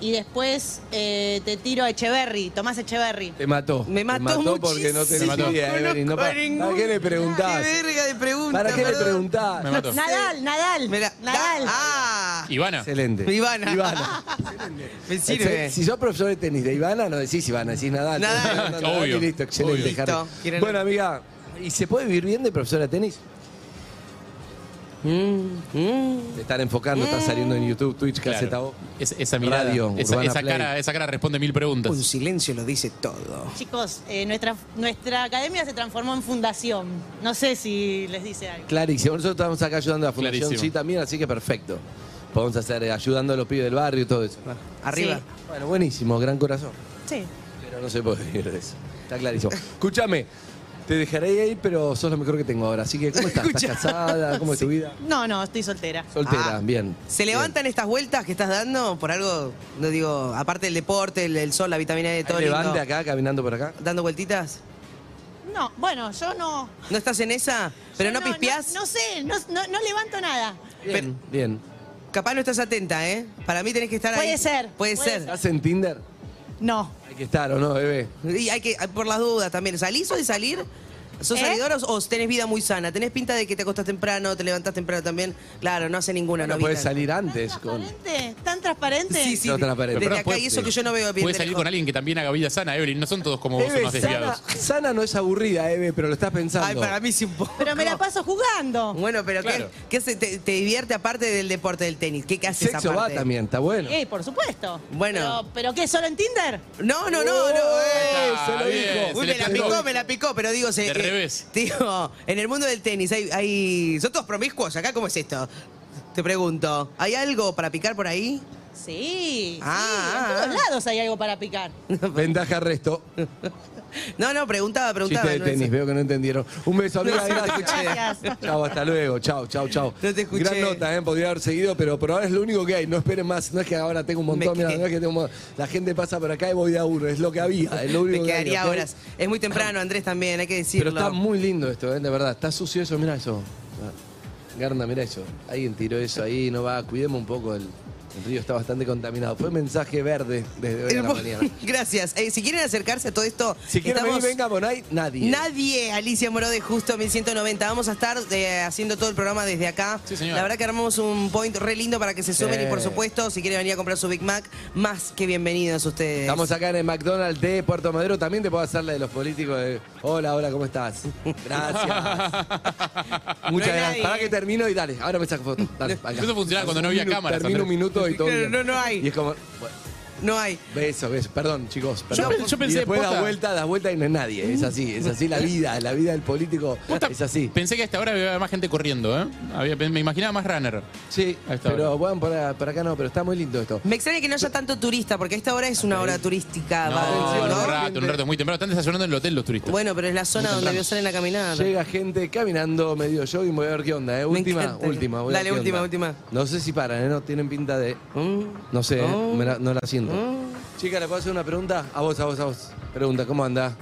[SPEAKER 6] Y después eh, te tiro a Echeverry, Tomás Echeverry.
[SPEAKER 2] Te mató.
[SPEAKER 4] Me mató
[SPEAKER 2] Te mató porque no
[SPEAKER 4] muchísimo.
[SPEAKER 2] tenés
[SPEAKER 3] mató.
[SPEAKER 2] idea, Evelyn. No, pa-
[SPEAKER 4] conozco a
[SPEAKER 2] ¿Para
[SPEAKER 4] ningún-
[SPEAKER 2] qué le preguntás?
[SPEAKER 4] Qué verga de pregunta.
[SPEAKER 2] ¿Para qué le
[SPEAKER 4] perdón.
[SPEAKER 2] preguntás?
[SPEAKER 3] Me mató.
[SPEAKER 6] Nadal, Nadal.
[SPEAKER 4] Mirá,
[SPEAKER 6] Nadal.
[SPEAKER 4] Ah,
[SPEAKER 3] Ivana.
[SPEAKER 2] Excelente.
[SPEAKER 4] Ivana.
[SPEAKER 2] Ivana.
[SPEAKER 4] me sirve.
[SPEAKER 2] Excel- Si sos profesor de tenis de Ivana, no decís Ivana, decís Nadal.
[SPEAKER 4] Nadal.
[SPEAKER 2] Nadal, Nadal,
[SPEAKER 3] Obvio.
[SPEAKER 2] y listo, excelente,
[SPEAKER 4] Obvio.
[SPEAKER 2] Harry.
[SPEAKER 4] Listo, quieren-
[SPEAKER 2] Bueno, amiga, ¿y se puede vivir bien de profesora de tenis? Te están enfocando, están saliendo en YouTube, Twitch,
[SPEAKER 3] Mm, Claro.
[SPEAKER 2] Caseta O.
[SPEAKER 3] Es- esa mirada,
[SPEAKER 2] Radio,
[SPEAKER 3] esa,
[SPEAKER 2] Urbana
[SPEAKER 3] esa
[SPEAKER 2] Play.
[SPEAKER 3] cara, esa cara responde mil preguntas.
[SPEAKER 4] Un silencio lo dice todo.
[SPEAKER 6] Chicos, eh, nuestra, nuestra academia se transformó en fundación. No sé si les dice algo.
[SPEAKER 2] Clarísimo. Nosotros estamos acá ayudando a la Fundación
[SPEAKER 3] Clarísimo.
[SPEAKER 2] Sí también, así que perfecto. Podemos hacer eh, ayudando a los pibes del barrio y todo eso.
[SPEAKER 4] Arriba.
[SPEAKER 6] Sí.
[SPEAKER 2] Bueno, buenísimo, gran corazón.
[SPEAKER 6] Sí.
[SPEAKER 2] Pero no se puede vivir de eso. Está clarísimo. Escúchame, te dejaré ir, pero sos lo mejor que tengo ahora. Así que, ¿cómo estás? ¿Estás casada? ¿Cómo es tu vida?
[SPEAKER 6] No, no, estoy soltera.
[SPEAKER 2] Soltera,
[SPEAKER 4] Ah.
[SPEAKER 2] bien.
[SPEAKER 4] ¿Se
[SPEAKER 2] Bien.
[SPEAKER 4] levantan estas vueltas que estás dando por algo? No digo, aparte del deporte, el, el sol, la vitamina D,
[SPEAKER 2] Ahí
[SPEAKER 4] todo lindo.
[SPEAKER 2] Levante acá, caminando por acá.
[SPEAKER 4] ¿Dando vueltitas?
[SPEAKER 6] No, bueno, yo no.
[SPEAKER 4] ¿No estás en esa? ¿Pero
[SPEAKER 6] yo
[SPEAKER 4] no, pispeás?
[SPEAKER 6] No, no sé, no, no- no levanto nada.
[SPEAKER 2] Bien, bien.
[SPEAKER 4] Capaz no estás atenta, ¿eh? Para mí tenés que estar
[SPEAKER 6] Puede
[SPEAKER 4] ahí.
[SPEAKER 6] ser,
[SPEAKER 4] Puede,
[SPEAKER 6] puede
[SPEAKER 4] ser.
[SPEAKER 2] ¿Estás en Tinder?
[SPEAKER 6] No.
[SPEAKER 2] Hay que estar, ¿o no, bebé?
[SPEAKER 4] Y hay que, por las dudas también. ¿Salís o de salir? ¿Sos
[SPEAKER 6] ¿Eh?
[SPEAKER 4] salidora o- o tenés vida muy sana? ¿Tenés pinta de que te acostás temprano, te levantás temprano también? Claro, no hace ninguna.
[SPEAKER 2] No
[SPEAKER 4] no vi
[SPEAKER 2] puedes
[SPEAKER 4] tanto.
[SPEAKER 2] salir antes. Con...
[SPEAKER 6] ¿Transparente? ¿Tan transparente?
[SPEAKER 4] Sí, sí.
[SPEAKER 2] No, transparente.
[SPEAKER 4] Desde
[SPEAKER 2] Pero
[SPEAKER 4] acá
[SPEAKER 3] puede-
[SPEAKER 4] y eso que yo no veo bien.
[SPEAKER 3] Puedes
[SPEAKER 4] de
[SPEAKER 3] salir
[SPEAKER 4] lejos.
[SPEAKER 3] con alguien que también haga vida sana, Evelyn. No son todos como vos, son
[SPEAKER 2] Eve,
[SPEAKER 3] más
[SPEAKER 2] sana,
[SPEAKER 3] desviados.
[SPEAKER 2] sana no es aburrida, Eve, pero lo estás pensando.
[SPEAKER 4] Ay, para mí sí un poco.
[SPEAKER 6] Pero me la paso jugando.
[SPEAKER 4] Bueno, pero ¿qué-
[SPEAKER 3] Claro.
[SPEAKER 4] ¿qué, hace- te, te divierte aparte del deporte del tenis? ¿Qué, qué haces
[SPEAKER 2] Sexo va
[SPEAKER 4] aparte?
[SPEAKER 2] también, está bueno.
[SPEAKER 6] Eh, por supuesto.
[SPEAKER 4] Bueno.
[SPEAKER 6] Pero, ¿pero qué? ¿Solo en Tinder?
[SPEAKER 4] No, no, no, no. eh.
[SPEAKER 2] Eh, se lo
[SPEAKER 3] Oh, bien,
[SPEAKER 2] dijo.
[SPEAKER 3] se
[SPEAKER 4] Uy,
[SPEAKER 3] le
[SPEAKER 4] me la
[SPEAKER 3] escapó.
[SPEAKER 4] picó, me la picó, pero digo... Se,
[SPEAKER 3] De
[SPEAKER 4] eh,
[SPEAKER 3] revés.
[SPEAKER 4] Digo, en el mundo del tenis hay, hay... ¿Son todos promiscuos acá? ¿Cómo es esto? Te pregunto, ¿hay algo para picar por ahí?
[SPEAKER 6] Sí.
[SPEAKER 4] Ah,
[SPEAKER 6] sí. En
[SPEAKER 4] ah.
[SPEAKER 6] todos lados hay algo para picar.
[SPEAKER 2] Ventaja resto.
[SPEAKER 4] No, no, preguntaba, preguntaba.
[SPEAKER 2] Chiste de
[SPEAKER 4] no
[SPEAKER 2] tenis,
[SPEAKER 4] sé.
[SPEAKER 2] veo que no entendieron. Un beso, amiga.
[SPEAKER 4] No, no te
[SPEAKER 2] gracias.
[SPEAKER 6] escuché.
[SPEAKER 2] Chao, hasta luego. Chao, chao, chao.
[SPEAKER 4] No te escuché.
[SPEAKER 2] Gran nota, ¿eh? podría haber seguido, pero por ahora es lo único que hay. No esperen más. No es que ahora tengo un montón.
[SPEAKER 4] Me
[SPEAKER 2] mirá, no es que tengo un montón. La gente pasa por acá y voy de a uno. Es lo que había. Es lo único
[SPEAKER 4] Me
[SPEAKER 2] que hay,
[SPEAKER 4] quedaría
[SPEAKER 2] ¿ok?
[SPEAKER 4] horas. Es muy temprano, Andrés, también, hay que decirlo.
[SPEAKER 2] Pero está muy lindo esto, ¿eh? de verdad. Está sucio eso, mira eso. Ah, Garna, mira eso. Alguien tiró eso ahí, no va. Cuidemos un poco el. El río está bastante contaminado. Fue mensaje verde desde hoy a la mañana.
[SPEAKER 4] Gracias. Eh, si quieren acercarse a todo esto,
[SPEAKER 2] Si quieren
[SPEAKER 4] estamos-
[SPEAKER 2] venir, venga, bueno, hay nadie.
[SPEAKER 4] Nadie, Alicia Moró de Justo 1190. Vamos a estar eh, haciendo todo el programa desde acá.
[SPEAKER 3] Sí, señora.
[SPEAKER 4] La verdad que armamos un point re lindo para que se sumen y por supuesto, si quieren venir a comprar su Big Mac, más que bienvenidos ustedes.
[SPEAKER 2] Estamos acá en el McDonald's de Puerto Madero. También te puedo hacer la de los políticos. de, hola, hola, ¿cómo estás? Gracias. Muchas
[SPEAKER 4] No hay nadie.
[SPEAKER 2] gracias. Para que termino y dale. Ahora me saco foto. Dale, acá.
[SPEAKER 3] Eso funcionaba cuando no
[SPEAKER 2] Un
[SPEAKER 3] había
[SPEAKER 2] minu-
[SPEAKER 3] cámaras,
[SPEAKER 2] Termino un
[SPEAKER 3] Andrés.
[SPEAKER 2] minuto y todo.
[SPEAKER 4] Claro,
[SPEAKER 2] bien.
[SPEAKER 4] no, no hay.
[SPEAKER 2] Y es como. bueno,
[SPEAKER 4] No hay.
[SPEAKER 2] Beso, beso. Perdón, chicos. Perdón.
[SPEAKER 3] pen- yo pensé,
[SPEAKER 2] y después
[SPEAKER 3] posta.
[SPEAKER 2] da vuelta, da vuelta y no es nadie. Es así, es así la vida. La vida del político
[SPEAKER 3] Posta,
[SPEAKER 2] es así.
[SPEAKER 3] Pensé que a esta hora había más gente corriendo, ¿eh? Había- me imaginaba más runner.
[SPEAKER 2] Sí,
[SPEAKER 3] A esta hora.
[SPEAKER 2] pero bueno, para, para acá no, pero está muy lindo esto.
[SPEAKER 4] Me extraña que no haya tanto turista, porque esta hora es una hora turística.
[SPEAKER 3] No,
[SPEAKER 4] va-
[SPEAKER 3] en
[SPEAKER 4] ¿no?
[SPEAKER 3] un rato, en un rato, es muy temprano. Están desayunando en el hotel los turistas.
[SPEAKER 4] Bueno, pero es la zona donde vio salen a caminar.
[SPEAKER 2] Llega gente caminando medio jogging, voy a ver qué onda, ¿eh?
[SPEAKER 4] Me
[SPEAKER 2] Última,
[SPEAKER 4] encanta.
[SPEAKER 2] última, voy a ver
[SPEAKER 4] Dale,
[SPEAKER 2] qué
[SPEAKER 4] última,
[SPEAKER 2] onda.
[SPEAKER 4] última.
[SPEAKER 2] No sé si paran, ¿eh? No tienen pinta de...
[SPEAKER 4] Mm.
[SPEAKER 2] No sé, ¿eh?
[SPEAKER 4] Oh.
[SPEAKER 2] Me la- no la siento. Chica, ¿le puedo hacer una pregunta? A vos, a vos, a vos. Pregunta, ¿cómo andás?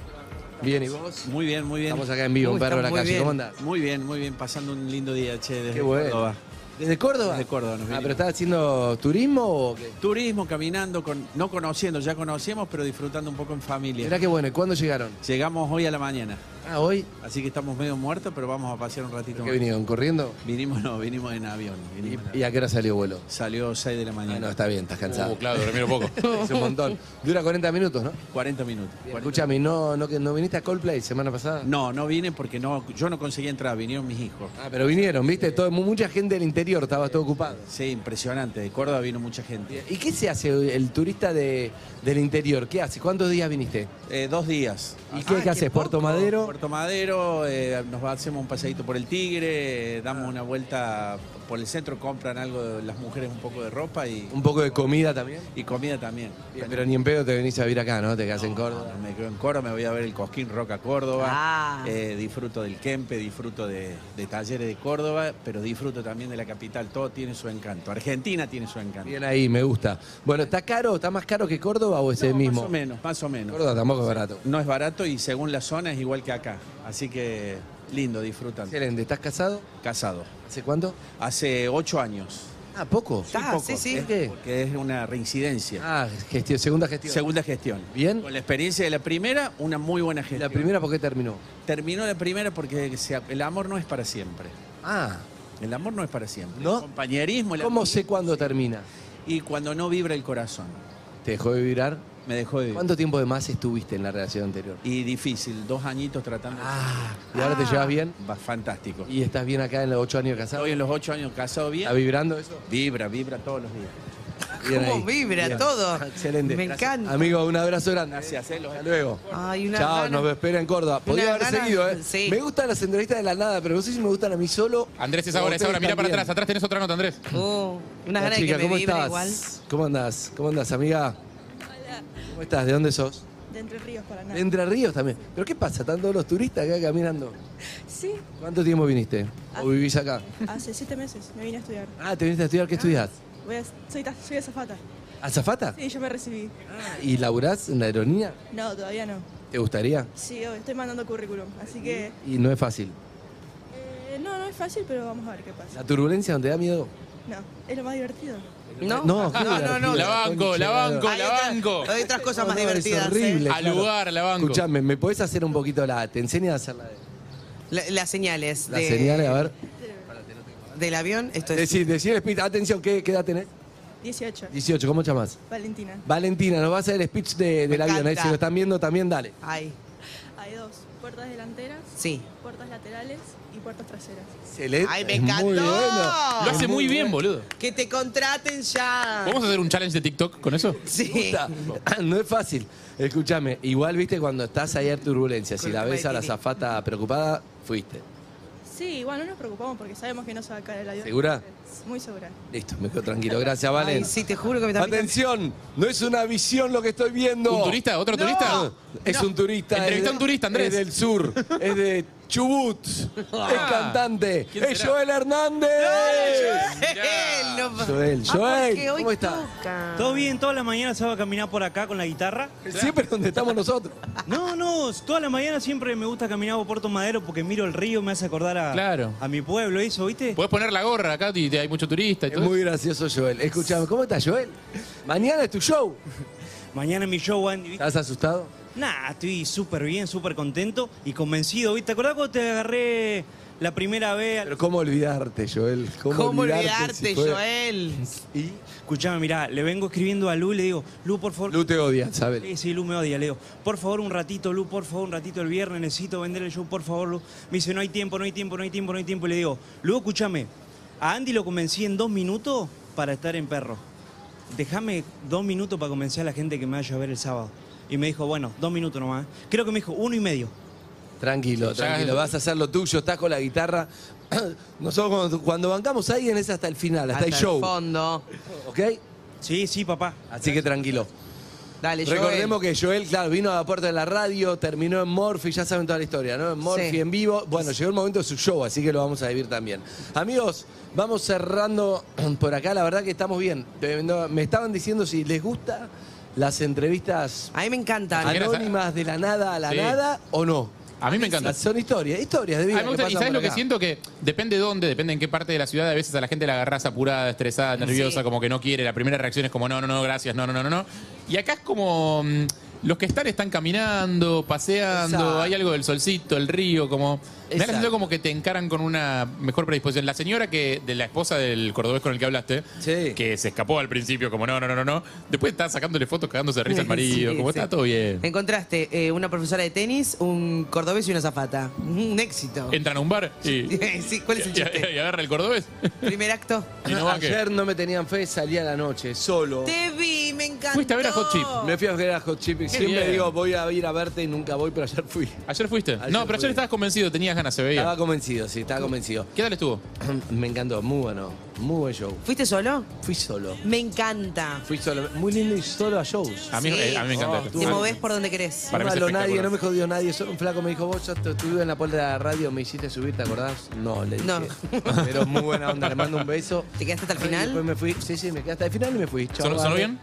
[SPEAKER 2] Bien, ¿y vos?
[SPEAKER 7] Muy bien, muy bien.
[SPEAKER 2] Estamos acá en vivo,
[SPEAKER 4] Uy,
[SPEAKER 2] un perro de la
[SPEAKER 4] estamos muy
[SPEAKER 2] calle.
[SPEAKER 4] bien.
[SPEAKER 2] ¿Cómo andás?
[SPEAKER 7] Muy bien, muy bien. Pasando un lindo día, che, desde
[SPEAKER 2] Qué bueno.
[SPEAKER 7] Córdoba.
[SPEAKER 2] ¿Desde Córdoba?
[SPEAKER 7] Desde Córdoba nos
[SPEAKER 2] Ah,
[SPEAKER 7] vinimos.
[SPEAKER 2] pero ¿estás haciendo turismo o qué?
[SPEAKER 7] Turismo, caminando, con, no conociendo, ya conocíamos, pero disfrutando un poco en familia.
[SPEAKER 2] Mirá qué bueno, ¿y cuándo llegaron?
[SPEAKER 7] Llegamos hoy a la mañana,
[SPEAKER 2] Ah, ¿hoy?
[SPEAKER 7] así que estamos medio muertos, pero vamos a pasear un ratito
[SPEAKER 2] ¿Qué
[SPEAKER 7] más.
[SPEAKER 2] vinieron? ¿Corriendo?
[SPEAKER 7] Vinimos, no, vinimos en avión.
[SPEAKER 2] ¿Y,
[SPEAKER 7] vinimos en
[SPEAKER 2] y
[SPEAKER 7] avión.
[SPEAKER 2] a qué hora salió vuelo?
[SPEAKER 7] Salió 6 de la
[SPEAKER 2] Ah, no,
[SPEAKER 7] mañana.
[SPEAKER 2] está bien, estás cansado.
[SPEAKER 3] Uh, claro, dormieron poco.
[SPEAKER 2] Es un montón. Dura 40 minutos, ¿no?
[SPEAKER 7] 40 minutos. 40.
[SPEAKER 2] Escúchame, ¿no, no, que- ¿no viniste a Coldplay semana pasada?
[SPEAKER 7] No, no vine porque no, yo no conseguí entrar, vinieron mis hijos.
[SPEAKER 2] Ah, pero vinieron, ¿viste? Todo, mu- mucha gente del interior, estaba todo ocupado.
[SPEAKER 7] Sí, impresionante. De Córdoba vino mucha gente.
[SPEAKER 2] ¿Y qué se hace hoy el turista de, del interior? ¿Qué hace? ¿Cuántos días viniste?
[SPEAKER 7] Eh, dos días.
[SPEAKER 2] ¿Y qué, qué haces? ¿Puerto Madero?
[SPEAKER 7] Puerto Madero, eh, nos va- hacemos un paseadito por el Tigre, eh, damos una vuelta por el centro, compran algo de las mujeres, un poco de ropa y,
[SPEAKER 2] Un poco de comida también.
[SPEAKER 7] y comida también.
[SPEAKER 2] Bien, pero ni en pedo te venís a vivir acá, ¿no? Te quedas en Córdoba.
[SPEAKER 7] Me quedo en Córdoba, me voy a ver el Cosquín Roca Córdoba,
[SPEAKER 4] Ah.
[SPEAKER 7] eh, disfruto del Kempe, disfruto de, de talleres de Córdoba, pero disfruto también de la capital, todo tiene su encanto. Argentina tiene su encanto.
[SPEAKER 2] Bien ahí, me gusta. Bueno, ¿está caro? ¿Está más caro que Córdoba o es el
[SPEAKER 7] No,
[SPEAKER 2] mismo?
[SPEAKER 7] Más o menos, más o menos.
[SPEAKER 2] Córdoba tampoco es barato.
[SPEAKER 7] No es barato y según la zona es igual que acá. Así que lindo, disfrutan.
[SPEAKER 2] Excelente. ¿Estás casado?
[SPEAKER 7] Casado.
[SPEAKER 2] ¿Hace cuánto?
[SPEAKER 7] Hace ocho años.
[SPEAKER 2] Ah, poco.
[SPEAKER 4] Ah,
[SPEAKER 7] poco,
[SPEAKER 4] sí, sí.
[SPEAKER 7] es-
[SPEAKER 2] ¿Qué?
[SPEAKER 7] Porque es una reincidencia.
[SPEAKER 2] Ah, gestión, segunda gestión.
[SPEAKER 7] Segunda gestión.
[SPEAKER 2] Bien.
[SPEAKER 7] Con la experiencia de la primera, una muy buena gestión.
[SPEAKER 2] ¿La primera por qué terminó?
[SPEAKER 7] Terminó la primera porque se- el amor no es para siempre.
[SPEAKER 2] Ah,
[SPEAKER 7] El amor no es para siempre.
[SPEAKER 2] ¿No?
[SPEAKER 7] El compañerismo. el
[SPEAKER 2] ¿cómo
[SPEAKER 7] amor-
[SPEAKER 2] sé cuándo termina?
[SPEAKER 7] Y cuando no vibra el corazón.
[SPEAKER 2] ¿Te dejó de vibrar?
[SPEAKER 7] Me dejó de
[SPEAKER 2] ¿Cuánto tiempo de más estuviste en la relación anterior?
[SPEAKER 7] Y difícil, dos añitos tratando.
[SPEAKER 2] Ah, ¿y ahora te llevas bien?
[SPEAKER 7] Va fantástico.
[SPEAKER 2] ¿Y estás bien acá en los ocho años casados?
[SPEAKER 7] Estoy en los ocho años casado bien.
[SPEAKER 2] ¿Está vibrando eso?
[SPEAKER 7] Vibra, vibra todos los días.
[SPEAKER 2] Bien
[SPEAKER 4] Ah, ¿Cómo
[SPEAKER 2] ahí.
[SPEAKER 4] vibra
[SPEAKER 2] Bien.
[SPEAKER 4] todo?
[SPEAKER 2] Excelente.
[SPEAKER 4] Me
[SPEAKER 2] Gracias.
[SPEAKER 4] encanta.
[SPEAKER 2] Amigo, un abrazo grande.
[SPEAKER 7] Gracias, eh, los-
[SPEAKER 2] Hasta luego.
[SPEAKER 4] Ay, una
[SPEAKER 2] Chao,
[SPEAKER 4] gana.
[SPEAKER 2] nos espera en Córdoba. Podría
[SPEAKER 4] Una
[SPEAKER 2] haber
[SPEAKER 4] gana,
[SPEAKER 2] seguido, ¿eh?
[SPEAKER 4] sí.
[SPEAKER 2] Me gustan las entrevistas de la nada, pero no sé si me gustan a mí solo.
[SPEAKER 3] Andrés, es
[SPEAKER 2] o a
[SPEAKER 3] ahora, es ahora.
[SPEAKER 2] ustedes
[SPEAKER 3] Mira para
[SPEAKER 2] también.
[SPEAKER 3] atrás. Atrás tenés otra nota, Andrés.
[SPEAKER 4] Oh, unas
[SPEAKER 2] Hola,
[SPEAKER 4] ganas
[SPEAKER 2] chica,
[SPEAKER 4] de que
[SPEAKER 2] ¿cómo
[SPEAKER 4] me vibre
[SPEAKER 2] estás?
[SPEAKER 4] igual.
[SPEAKER 2] ¿Cómo andás? ¿Cómo andás, amiga? ¿Cómo estás? ¿De dónde sos?
[SPEAKER 8] De Entre Ríos para
[SPEAKER 2] De
[SPEAKER 8] nada.
[SPEAKER 2] Entre Ríos también. ¿Pero qué pasa? Están todos los turistas acá caminando.
[SPEAKER 8] Sí,
[SPEAKER 2] ¿Cuánto tiempo viniste?
[SPEAKER 8] Ah.
[SPEAKER 2] ¿O vivís acá?
[SPEAKER 8] hace siete meses me vine a estudiar.
[SPEAKER 2] Ah, te viniste a estudiar. ¿Qué estudiás?
[SPEAKER 8] Voy a- soy, ta- soy azafata.
[SPEAKER 2] ¿Azafata? Ah,
[SPEAKER 8] Sí, yo me recibí.
[SPEAKER 2] ¿Y laburás en la aerolínea?
[SPEAKER 8] No, todavía no.
[SPEAKER 2] ¿Te gustaría?
[SPEAKER 8] Sí, hoy estoy mandando currículum, así que...
[SPEAKER 2] Y no es fácil.
[SPEAKER 8] eh, no, no es fácil, pero vamos a ver qué pasa.
[SPEAKER 2] ¿La turbulencia no te da miedo?
[SPEAKER 8] No, es lo más divertido.
[SPEAKER 4] No,
[SPEAKER 2] No, qué
[SPEAKER 4] no, no. no.
[SPEAKER 2] divertido.
[SPEAKER 3] La banco, la banco,
[SPEAKER 4] Hay
[SPEAKER 3] la
[SPEAKER 4] otra-
[SPEAKER 3] banco.
[SPEAKER 4] Hay otras cosas más
[SPEAKER 2] No, no,
[SPEAKER 4] divertidas.
[SPEAKER 2] Es
[SPEAKER 4] ¿eh?
[SPEAKER 2] horrible.
[SPEAKER 3] Al lugar, la banco.
[SPEAKER 2] Escuchame, ¿me podés hacer un poquito la... Te enseña a hacer la...
[SPEAKER 4] La- las señales.
[SPEAKER 2] Las
[SPEAKER 4] de-
[SPEAKER 2] señales, a ver.
[SPEAKER 4] Del avión, esto es.
[SPEAKER 2] Decir, decir el speech. Atención, ¿qué, qué edad tenés?
[SPEAKER 8] 18.
[SPEAKER 2] 18, ¿cómo te llamás?
[SPEAKER 8] Valentina.
[SPEAKER 2] Valentina, nos va a hacer el speech de- del
[SPEAKER 4] Me
[SPEAKER 2] avión. Ahí,
[SPEAKER 4] encanta.
[SPEAKER 2] si lo están viendo, también dale.
[SPEAKER 4] Ay,
[SPEAKER 8] Hay dos. Puertas delanteras,
[SPEAKER 4] sí.
[SPEAKER 8] puertas laterales y puertas traseras.
[SPEAKER 2] Excelente.
[SPEAKER 4] Ay, me
[SPEAKER 2] Es muy
[SPEAKER 4] encantó.
[SPEAKER 2] bueno.
[SPEAKER 3] Lo hace
[SPEAKER 2] muy
[SPEAKER 3] muy bien,
[SPEAKER 2] bueno.
[SPEAKER 3] boludo.
[SPEAKER 4] Que te contraten ya.
[SPEAKER 3] ¿Vamos a Ah. hacer un challenge de TikTok con eso?
[SPEAKER 4] Sí.
[SPEAKER 2] Está. Ah, No es fácil. Escúchame, igual viste cuando estás ahí en turbulencia, si
[SPEAKER 4] Con
[SPEAKER 2] la
[SPEAKER 4] el
[SPEAKER 2] ves a la
[SPEAKER 4] Martini.
[SPEAKER 2] zafata preocupada, fuiste.
[SPEAKER 8] Sí, igual no nos preocupamos porque sabemos que no se va a caer el avión.
[SPEAKER 2] ¿Segura?
[SPEAKER 8] Muy segura.
[SPEAKER 2] Listo, me quedo tranquilo. Gracias,
[SPEAKER 4] Ay,
[SPEAKER 2] Valen.
[SPEAKER 4] sí, te juro que me también-
[SPEAKER 2] Atención, no es una visión lo que estoy viendo. Ah.
[SPEAKER 3] ¿Un turista? ¿Otro turista?
[SPEAKER 2] Es un turista.
[SPEAKER 3] Entrevistá
[SPEAKER 2] es
[SPEAKER 3] a un turista, Andrés. Ah.
[SPEAKER 2] Es del sur. Es de Chubut. El cantante.
[SPEAKER 3] ¿Quién
[SPEAKER 2] Es
[SPEAKER 3] será?
[SPEAKER 2] Joel Hernández.
[SPEAKER 4] Él no va-
[SPEAKER 2] Joel,
[SPEAKER 4] Ah,
[SPEAKER 2] Joel,
[SPEAKER 4] porque hoy
[SPEAKER 2] ¿cómo está?
[SPEAKER 4] toca.
[SPEAKER 7] Todo bien, toda la mañana se va a caminar por acá con la guitarra.
[SPEAKER 2] Siempre donde estamos nosotros.
[SPEAKER 7] No, no, toda la mañana siempre me gusta caminar por Puerto Madero porque miro el río, me hace acordar a,
[SPEAKER 3] Claro.
[SPEAKER 7] a mi pueblo, eso, ¿viste?
[SPEAKER 3] Podés poner la gorra acá, y hay mucho turista y
[SPEAKER 2] Es
[SPEAKER 3] todo.
[SPEAKER 2] muy gracioso, Joel. Escuchame, ¿cómo estás, Joel? Mañana es tu show.
[SPEAKER 7] Mañana mi show, Andy, ¿viste?
[SPEAKER 2] ¿Estás asustado?
[SPEAKER 7] Nah, estoy súper bien, súper contento y convencido, ¿viste? ¿Te acordás cuando te agarré la primera vez?
[SPEAKER 2] Pero ¿cómo olvidarte, Joel?
[SPEAKER 4] ¿Cómo, olvidarte,
[SPEAKER 2] si fue-
[SPEAKER 4] Joel?
[SPEAKER 2] Y
[SPEAKER 7] Escuchame, mirá, le vengo escribiendo a Lu, le digo, Lu, por favor...
[SPEAKER 2] Lu te odia, ¿sabes?
[SPEAKER 7] Sí, sí, Lu me odia, Leo. Por favor, un ratito, Lu, por favor, un ratito el viernes, necesito vender el show, por favor, Lu. Me dice, no hay tiempo, no hay tiempo, no hay tiempo, no hay tiempo. Y le digo, Lu, escúchame, a Andy lo convencí en dos minutos para estar en perro. Déjame dos minutos para convencer a la gente que me vaya a ver el sábado. Y me dijo, bueno, dos minutos nomás. Creo que me dijo, uno y medio.
[SPEAKER 2] Tranquilo,
[SPEAKER 3] Ya-
[SPEAKER 2] tranquilo, vas a hacer lo tuyo, estás con la guitarra. Nosotros cuando, cuando bancamos a alguien es hasta el final, hasta,
[SPEAKER 4] Hasta
[SPEAKER 2] el
[SPEAKER 4] el
[SPEAKER 2] show.
[SPEAKER 4] fondo.
[SPEAKER 2] ¿Ok?
[SPEAKER 7] Sí, sí, papá.
[SPEAKER 2] Así que tranquilo.
[SPEAKER 4] Dale, Joel.
[SPEAKER 2] Recordemos que Eh, Joel, claro, vino a la puerta de la radio, terminó en Morphy, ya saben toda la historia, ¿no? En Morphy
[SPEAKER 4] Sí.
[SPEAKER 2] en vivo. Bueno, llegó el momento de su show, así que lo vamos a vivir también. Amigos, vamos cerrando por acá, la verdad que estamos bien. Eh, no, Me estaban diciendo si les gusta las entrevistas
[SPEAKER 4] A mí me encantan.
[SPEAKER 2] Ah,
[SPEAKER 3] Ay, no.
[SPEAKER 2] anónimas de la nada a la
[SPEAKER 3] Sí.
[SPEAKER 2] nada o no.
[SPEAKER 3] A mí me encanta.
[SPEAKER 2] Son historias, historias de vida.
[SPEAKER 3] Ah, me
[SPEAKER 2] que
[SPEAKER 3] gusta. y
[SPEAKER 2] pasan
[SPEAKER 3] sabes
[SPEAKER 2] por
[SPEAKER 3] lo que
[SPEAKER 2] acá.
[SPEAKER 3] siento que depende dónde, depende en qué parte de la ciudad, a veces a la gente la agarras apurada, estresada, nerviosa, como que no quiere. La primera reacción es como no, no, no, gracias, no, no, no, no, no. Y acá es como mm, los que están están caminando, paseando,
[SPEAKER 2] Exacto.
[SPEAKER 3] hay algo del solcito, el río, como me da la
[SPEAKER 2] Exacto.
[SPEAKER 3] sensación como que te encaran con una mejor predisposición. La señora que de la esposa del cordobés con el que hablaste,
[SPEAKER 2] Sí.
[SPEAKER 3] que se escapó al principio como no, no, no, no, no, después está sacándole fotos, cagándose de risa al
[SPEAKER 4] Sí,
[SPEAKER 3] marido, como
[SPEAKER 4] sí.
[SPEAKER 3] está todo bien.
[SPEAKER 4] Encontraste eh, una profesora de tenis, un cordobés y una zafata. Mm, Un éxito.
[SPEAKER 3] Entran a un bar y,
[SPEAKER 4] sí, ¿cuál es el
[SPEAKER 3] y- y-
[SPEAKER 4] chiste? Ah,
[SPEAKER 3] y agarra el cordobés.
[SPEAKER 4] Primer acto.
[SPEAKER 3] Y no va que-
[SPEAKER 2] Ayer no me tenían fe, salí a la noche, solo.
[SPEAKER 4] Te vi, me encantó.
[SPEAKER 3] Fuiste a ver a Hot Chip.
[SPEAKER 2] Me fui a ver a Hot Chip y siempre
[SPEAKER 3] bien.
[SPEAKER 2] digo voy a ir a verte y nunca voy, pero ayer fui.
[SPEAKER 3] Ayer fuiste.
[SPEAKER 2] Ayer
[SPEAKER 3] no, pero
[SPEAKER 2] fui.
[SPEAKER 3] ayer estabas convencido, tenías ganas, se veía.
[SPEAKER 2] Estaba convencido, sí, estaba convencido.
[SPEAKER 3] ¿Qué tal estuvo?
[SPEAKER 2] Me encantó, muy bueno, muy buen show.
[SPEAKER 4] ¿Fuiste solo?
[SPEAKER 2] Fui solo,
[SPEAKER 4] Me encanta.
[SPEAKER 2] fui solo, muy lindo y solo a shows.
[SPEAKER 3] A mí,
[SPEAKER 4] Sí.
[SPEAKER 3] eh, a mí me encanta.
[SPEAKER 2] Oh,
[SPEAKER 3] esto.
[SPEAKER 2] tú-
[SPEAKER 4] Te
[SPEAKER 2] Ah.
[SPEAKER 4] movés por donde querés.
[SPEAKER 3] Para mí
[SPEAKER 2] no
[SPEAKER 3] es
[SPEAKER 2] habló nadie,
[SPEAKER 3] espectacular.
[SPEAKER 2] no me jodió nadie, solo un flaco me dijo, vos ya te- estuve en la puerta de la radio, me hiciste subir, ¿te acordás? No, le dije.
[SPEAKER 4] No.
[SPEAKER 2] Pero muy buena onda, le mando un beso.
[SPEAKER 4] ¿Te quedaste hasta el
[SPEAKER 2] Y después
[SPEAKER 4] final?
[SPEAKER 2] me fui, sí, sí, me quedé hasta el final y me fui. Chau,
[SPEAKER 3] ¿Sonó, sonó
[SPEAKER 2] vale.
[SPEAKER 3] bien?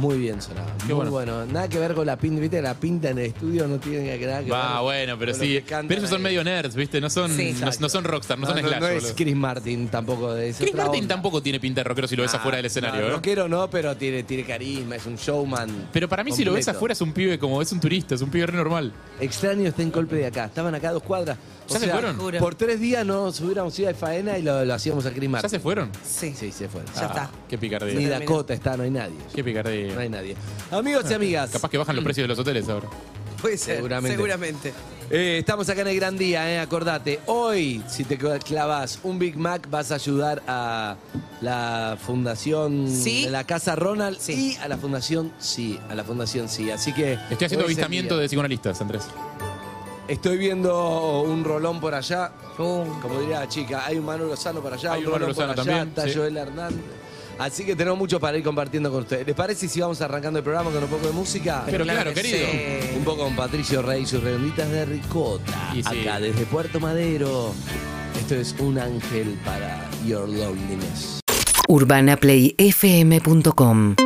[SPEAKER 2] Muy bien sonaba.
[SPEAKER 3] Qué
[SPEAKER 2] muy
[SPEAKER 3] bueno.
[SPEAKER 2] bueno. Nada que ver con la pinta, viste, la pinta en el estudio no tiene nada que ver.
[SPEAKER 3] Va, bueno, pero
[SPEAKER 2] con lo
[SPEAKER 3] sí.
[SPEAKER 2] que cantan
[SPEAKER 3] Pero ellos son
[SPEAKER 2] ahí.
[SPEAKER 3] medio nerds, ¿viste? No son,
[SPEAKER 4] Sí.
[SPEAKER 3] no, no son rockstar, no,
[SPEAKER 2] No,
[SPEAKER 3] son
[SPEAKER 2] no,
[SPEAKER 3] Slash,
[SPEAKER 2] no es
[SPEAKER 3] boludo.
[SPEAKER 2] Chris Martin tampoco de ese.
[SPEAKER 3] Chris Martin tampoco tiene pinta de rockero si lo ves afuera del escenario, ¿eh?
[SPEAKER 2] Rockero Ah, no, pero tiene, tiene carisma, es un showman.
[SPEAKER 3] Pero para mí, si lo ves
[SPEAKER 2] completo.
[SPEAKER 3] afuera, es un pibe como es un turista, es un pibe re normal.
[SPEAKER 2] Extraño está en golpe de acá. Estaban acá a dos cuadras. O
[SPEAKER 3] ¿Ya se
[SPEAKER 2] sea,
[SPEAKER 3] fueron?
[SPEAKER 4] Juro.
[SPEAKER 2] Por tres días no hubiéramos ido a faena y lo, lo hacíamos a Chris
[SPEAKER 3] ¿Ya
[SPEAKER 2] Martin.
[SPEAKER 3] se fueron? Ah,
[SPEAKER 4] Sí.
[SPEAKER 2] Sí, se fueron. Ah,
[SPEAKER 4] Ya está.
[SPEAKER 3] Qué
[SPEAKER 2] Ni
[SPEAKER 3] picardía.
[SPEAKER 4] terminó.
[SPEAKER 2] Dakota está, no hay nadie.
[SPEAKER 3] Qué
[SPEAKER 2] No
[SPEAKER 3] picardía.
[SPEAKER 2] hay nadie. Amigos y amigas.
[SPEAKER 3] Capaz que bajan los precios de los hoteles ahora.
[SPEAKER 4] Puede ser.
[SPEAKER 2] Seguramente.
[SPEAKER 4] Seguramente.
[SPEAKER 2] Eh, estamos acá en el gran día, eh, acordate. Hoy, si te clavas un Big Mac, vas a ayudar a la Fundación
[SPEAKER 4] Sí.
[SPEAKER 2] de la Casa Ronald
[SPEAKER 4] Sí.
[SPEAKER 2] y a la Fundación Sí, a la Fundación Sí. Así que.
[SPEAKER 3] Estoy haciendo
[SPEAKER 2] hoy es el
[SPEAKER 3] avistamiento de
[SPEAKER 2] día.
[SPEAKER 3] psicoanalistas, Andrés.
[SPEAKER 2] Estoy viendo un rolón por allá.
[SPEAKER 4] Uh,
[SPEAKER 2] Como diría la chica, hay un Manuel Lozano por allá,
[SPEAKER 3] Hay
[SPEAKER 2] un
[SPEAKER 3] un
[SPEAKER 2] Rolón
[SPEAKER 3] Manuel
[SPEAKER 2] por allá,
[SPEAKER 3] Lozano también,
[SPEAKER 2] está
[SPEAKER 3] sí.
[SPEAKER 2] Joel Hernández. Así que tenemos mucho para ir compartiendo con ustedes. ¿Les parece si vamos arrancando el programa con un poco de música?
[SPEAKER 3] Pero
[SPEAKER 4] claro
[SPEAKER 3] claro,
[SPEAKER 4] que
[SPEAKER 3] querido.
[SPEAKER 4] sí.
[SPEAKER 2] Un poco con Patricio Rey y sus redonditas de ricota.
[SPEAKER 3] Y sí.
[SPEAKER 2] Acá desde Puerto Madero. Esto es un ángel para Your Loneliness.
[SPEAKER 9] UrbanaPlayFM.com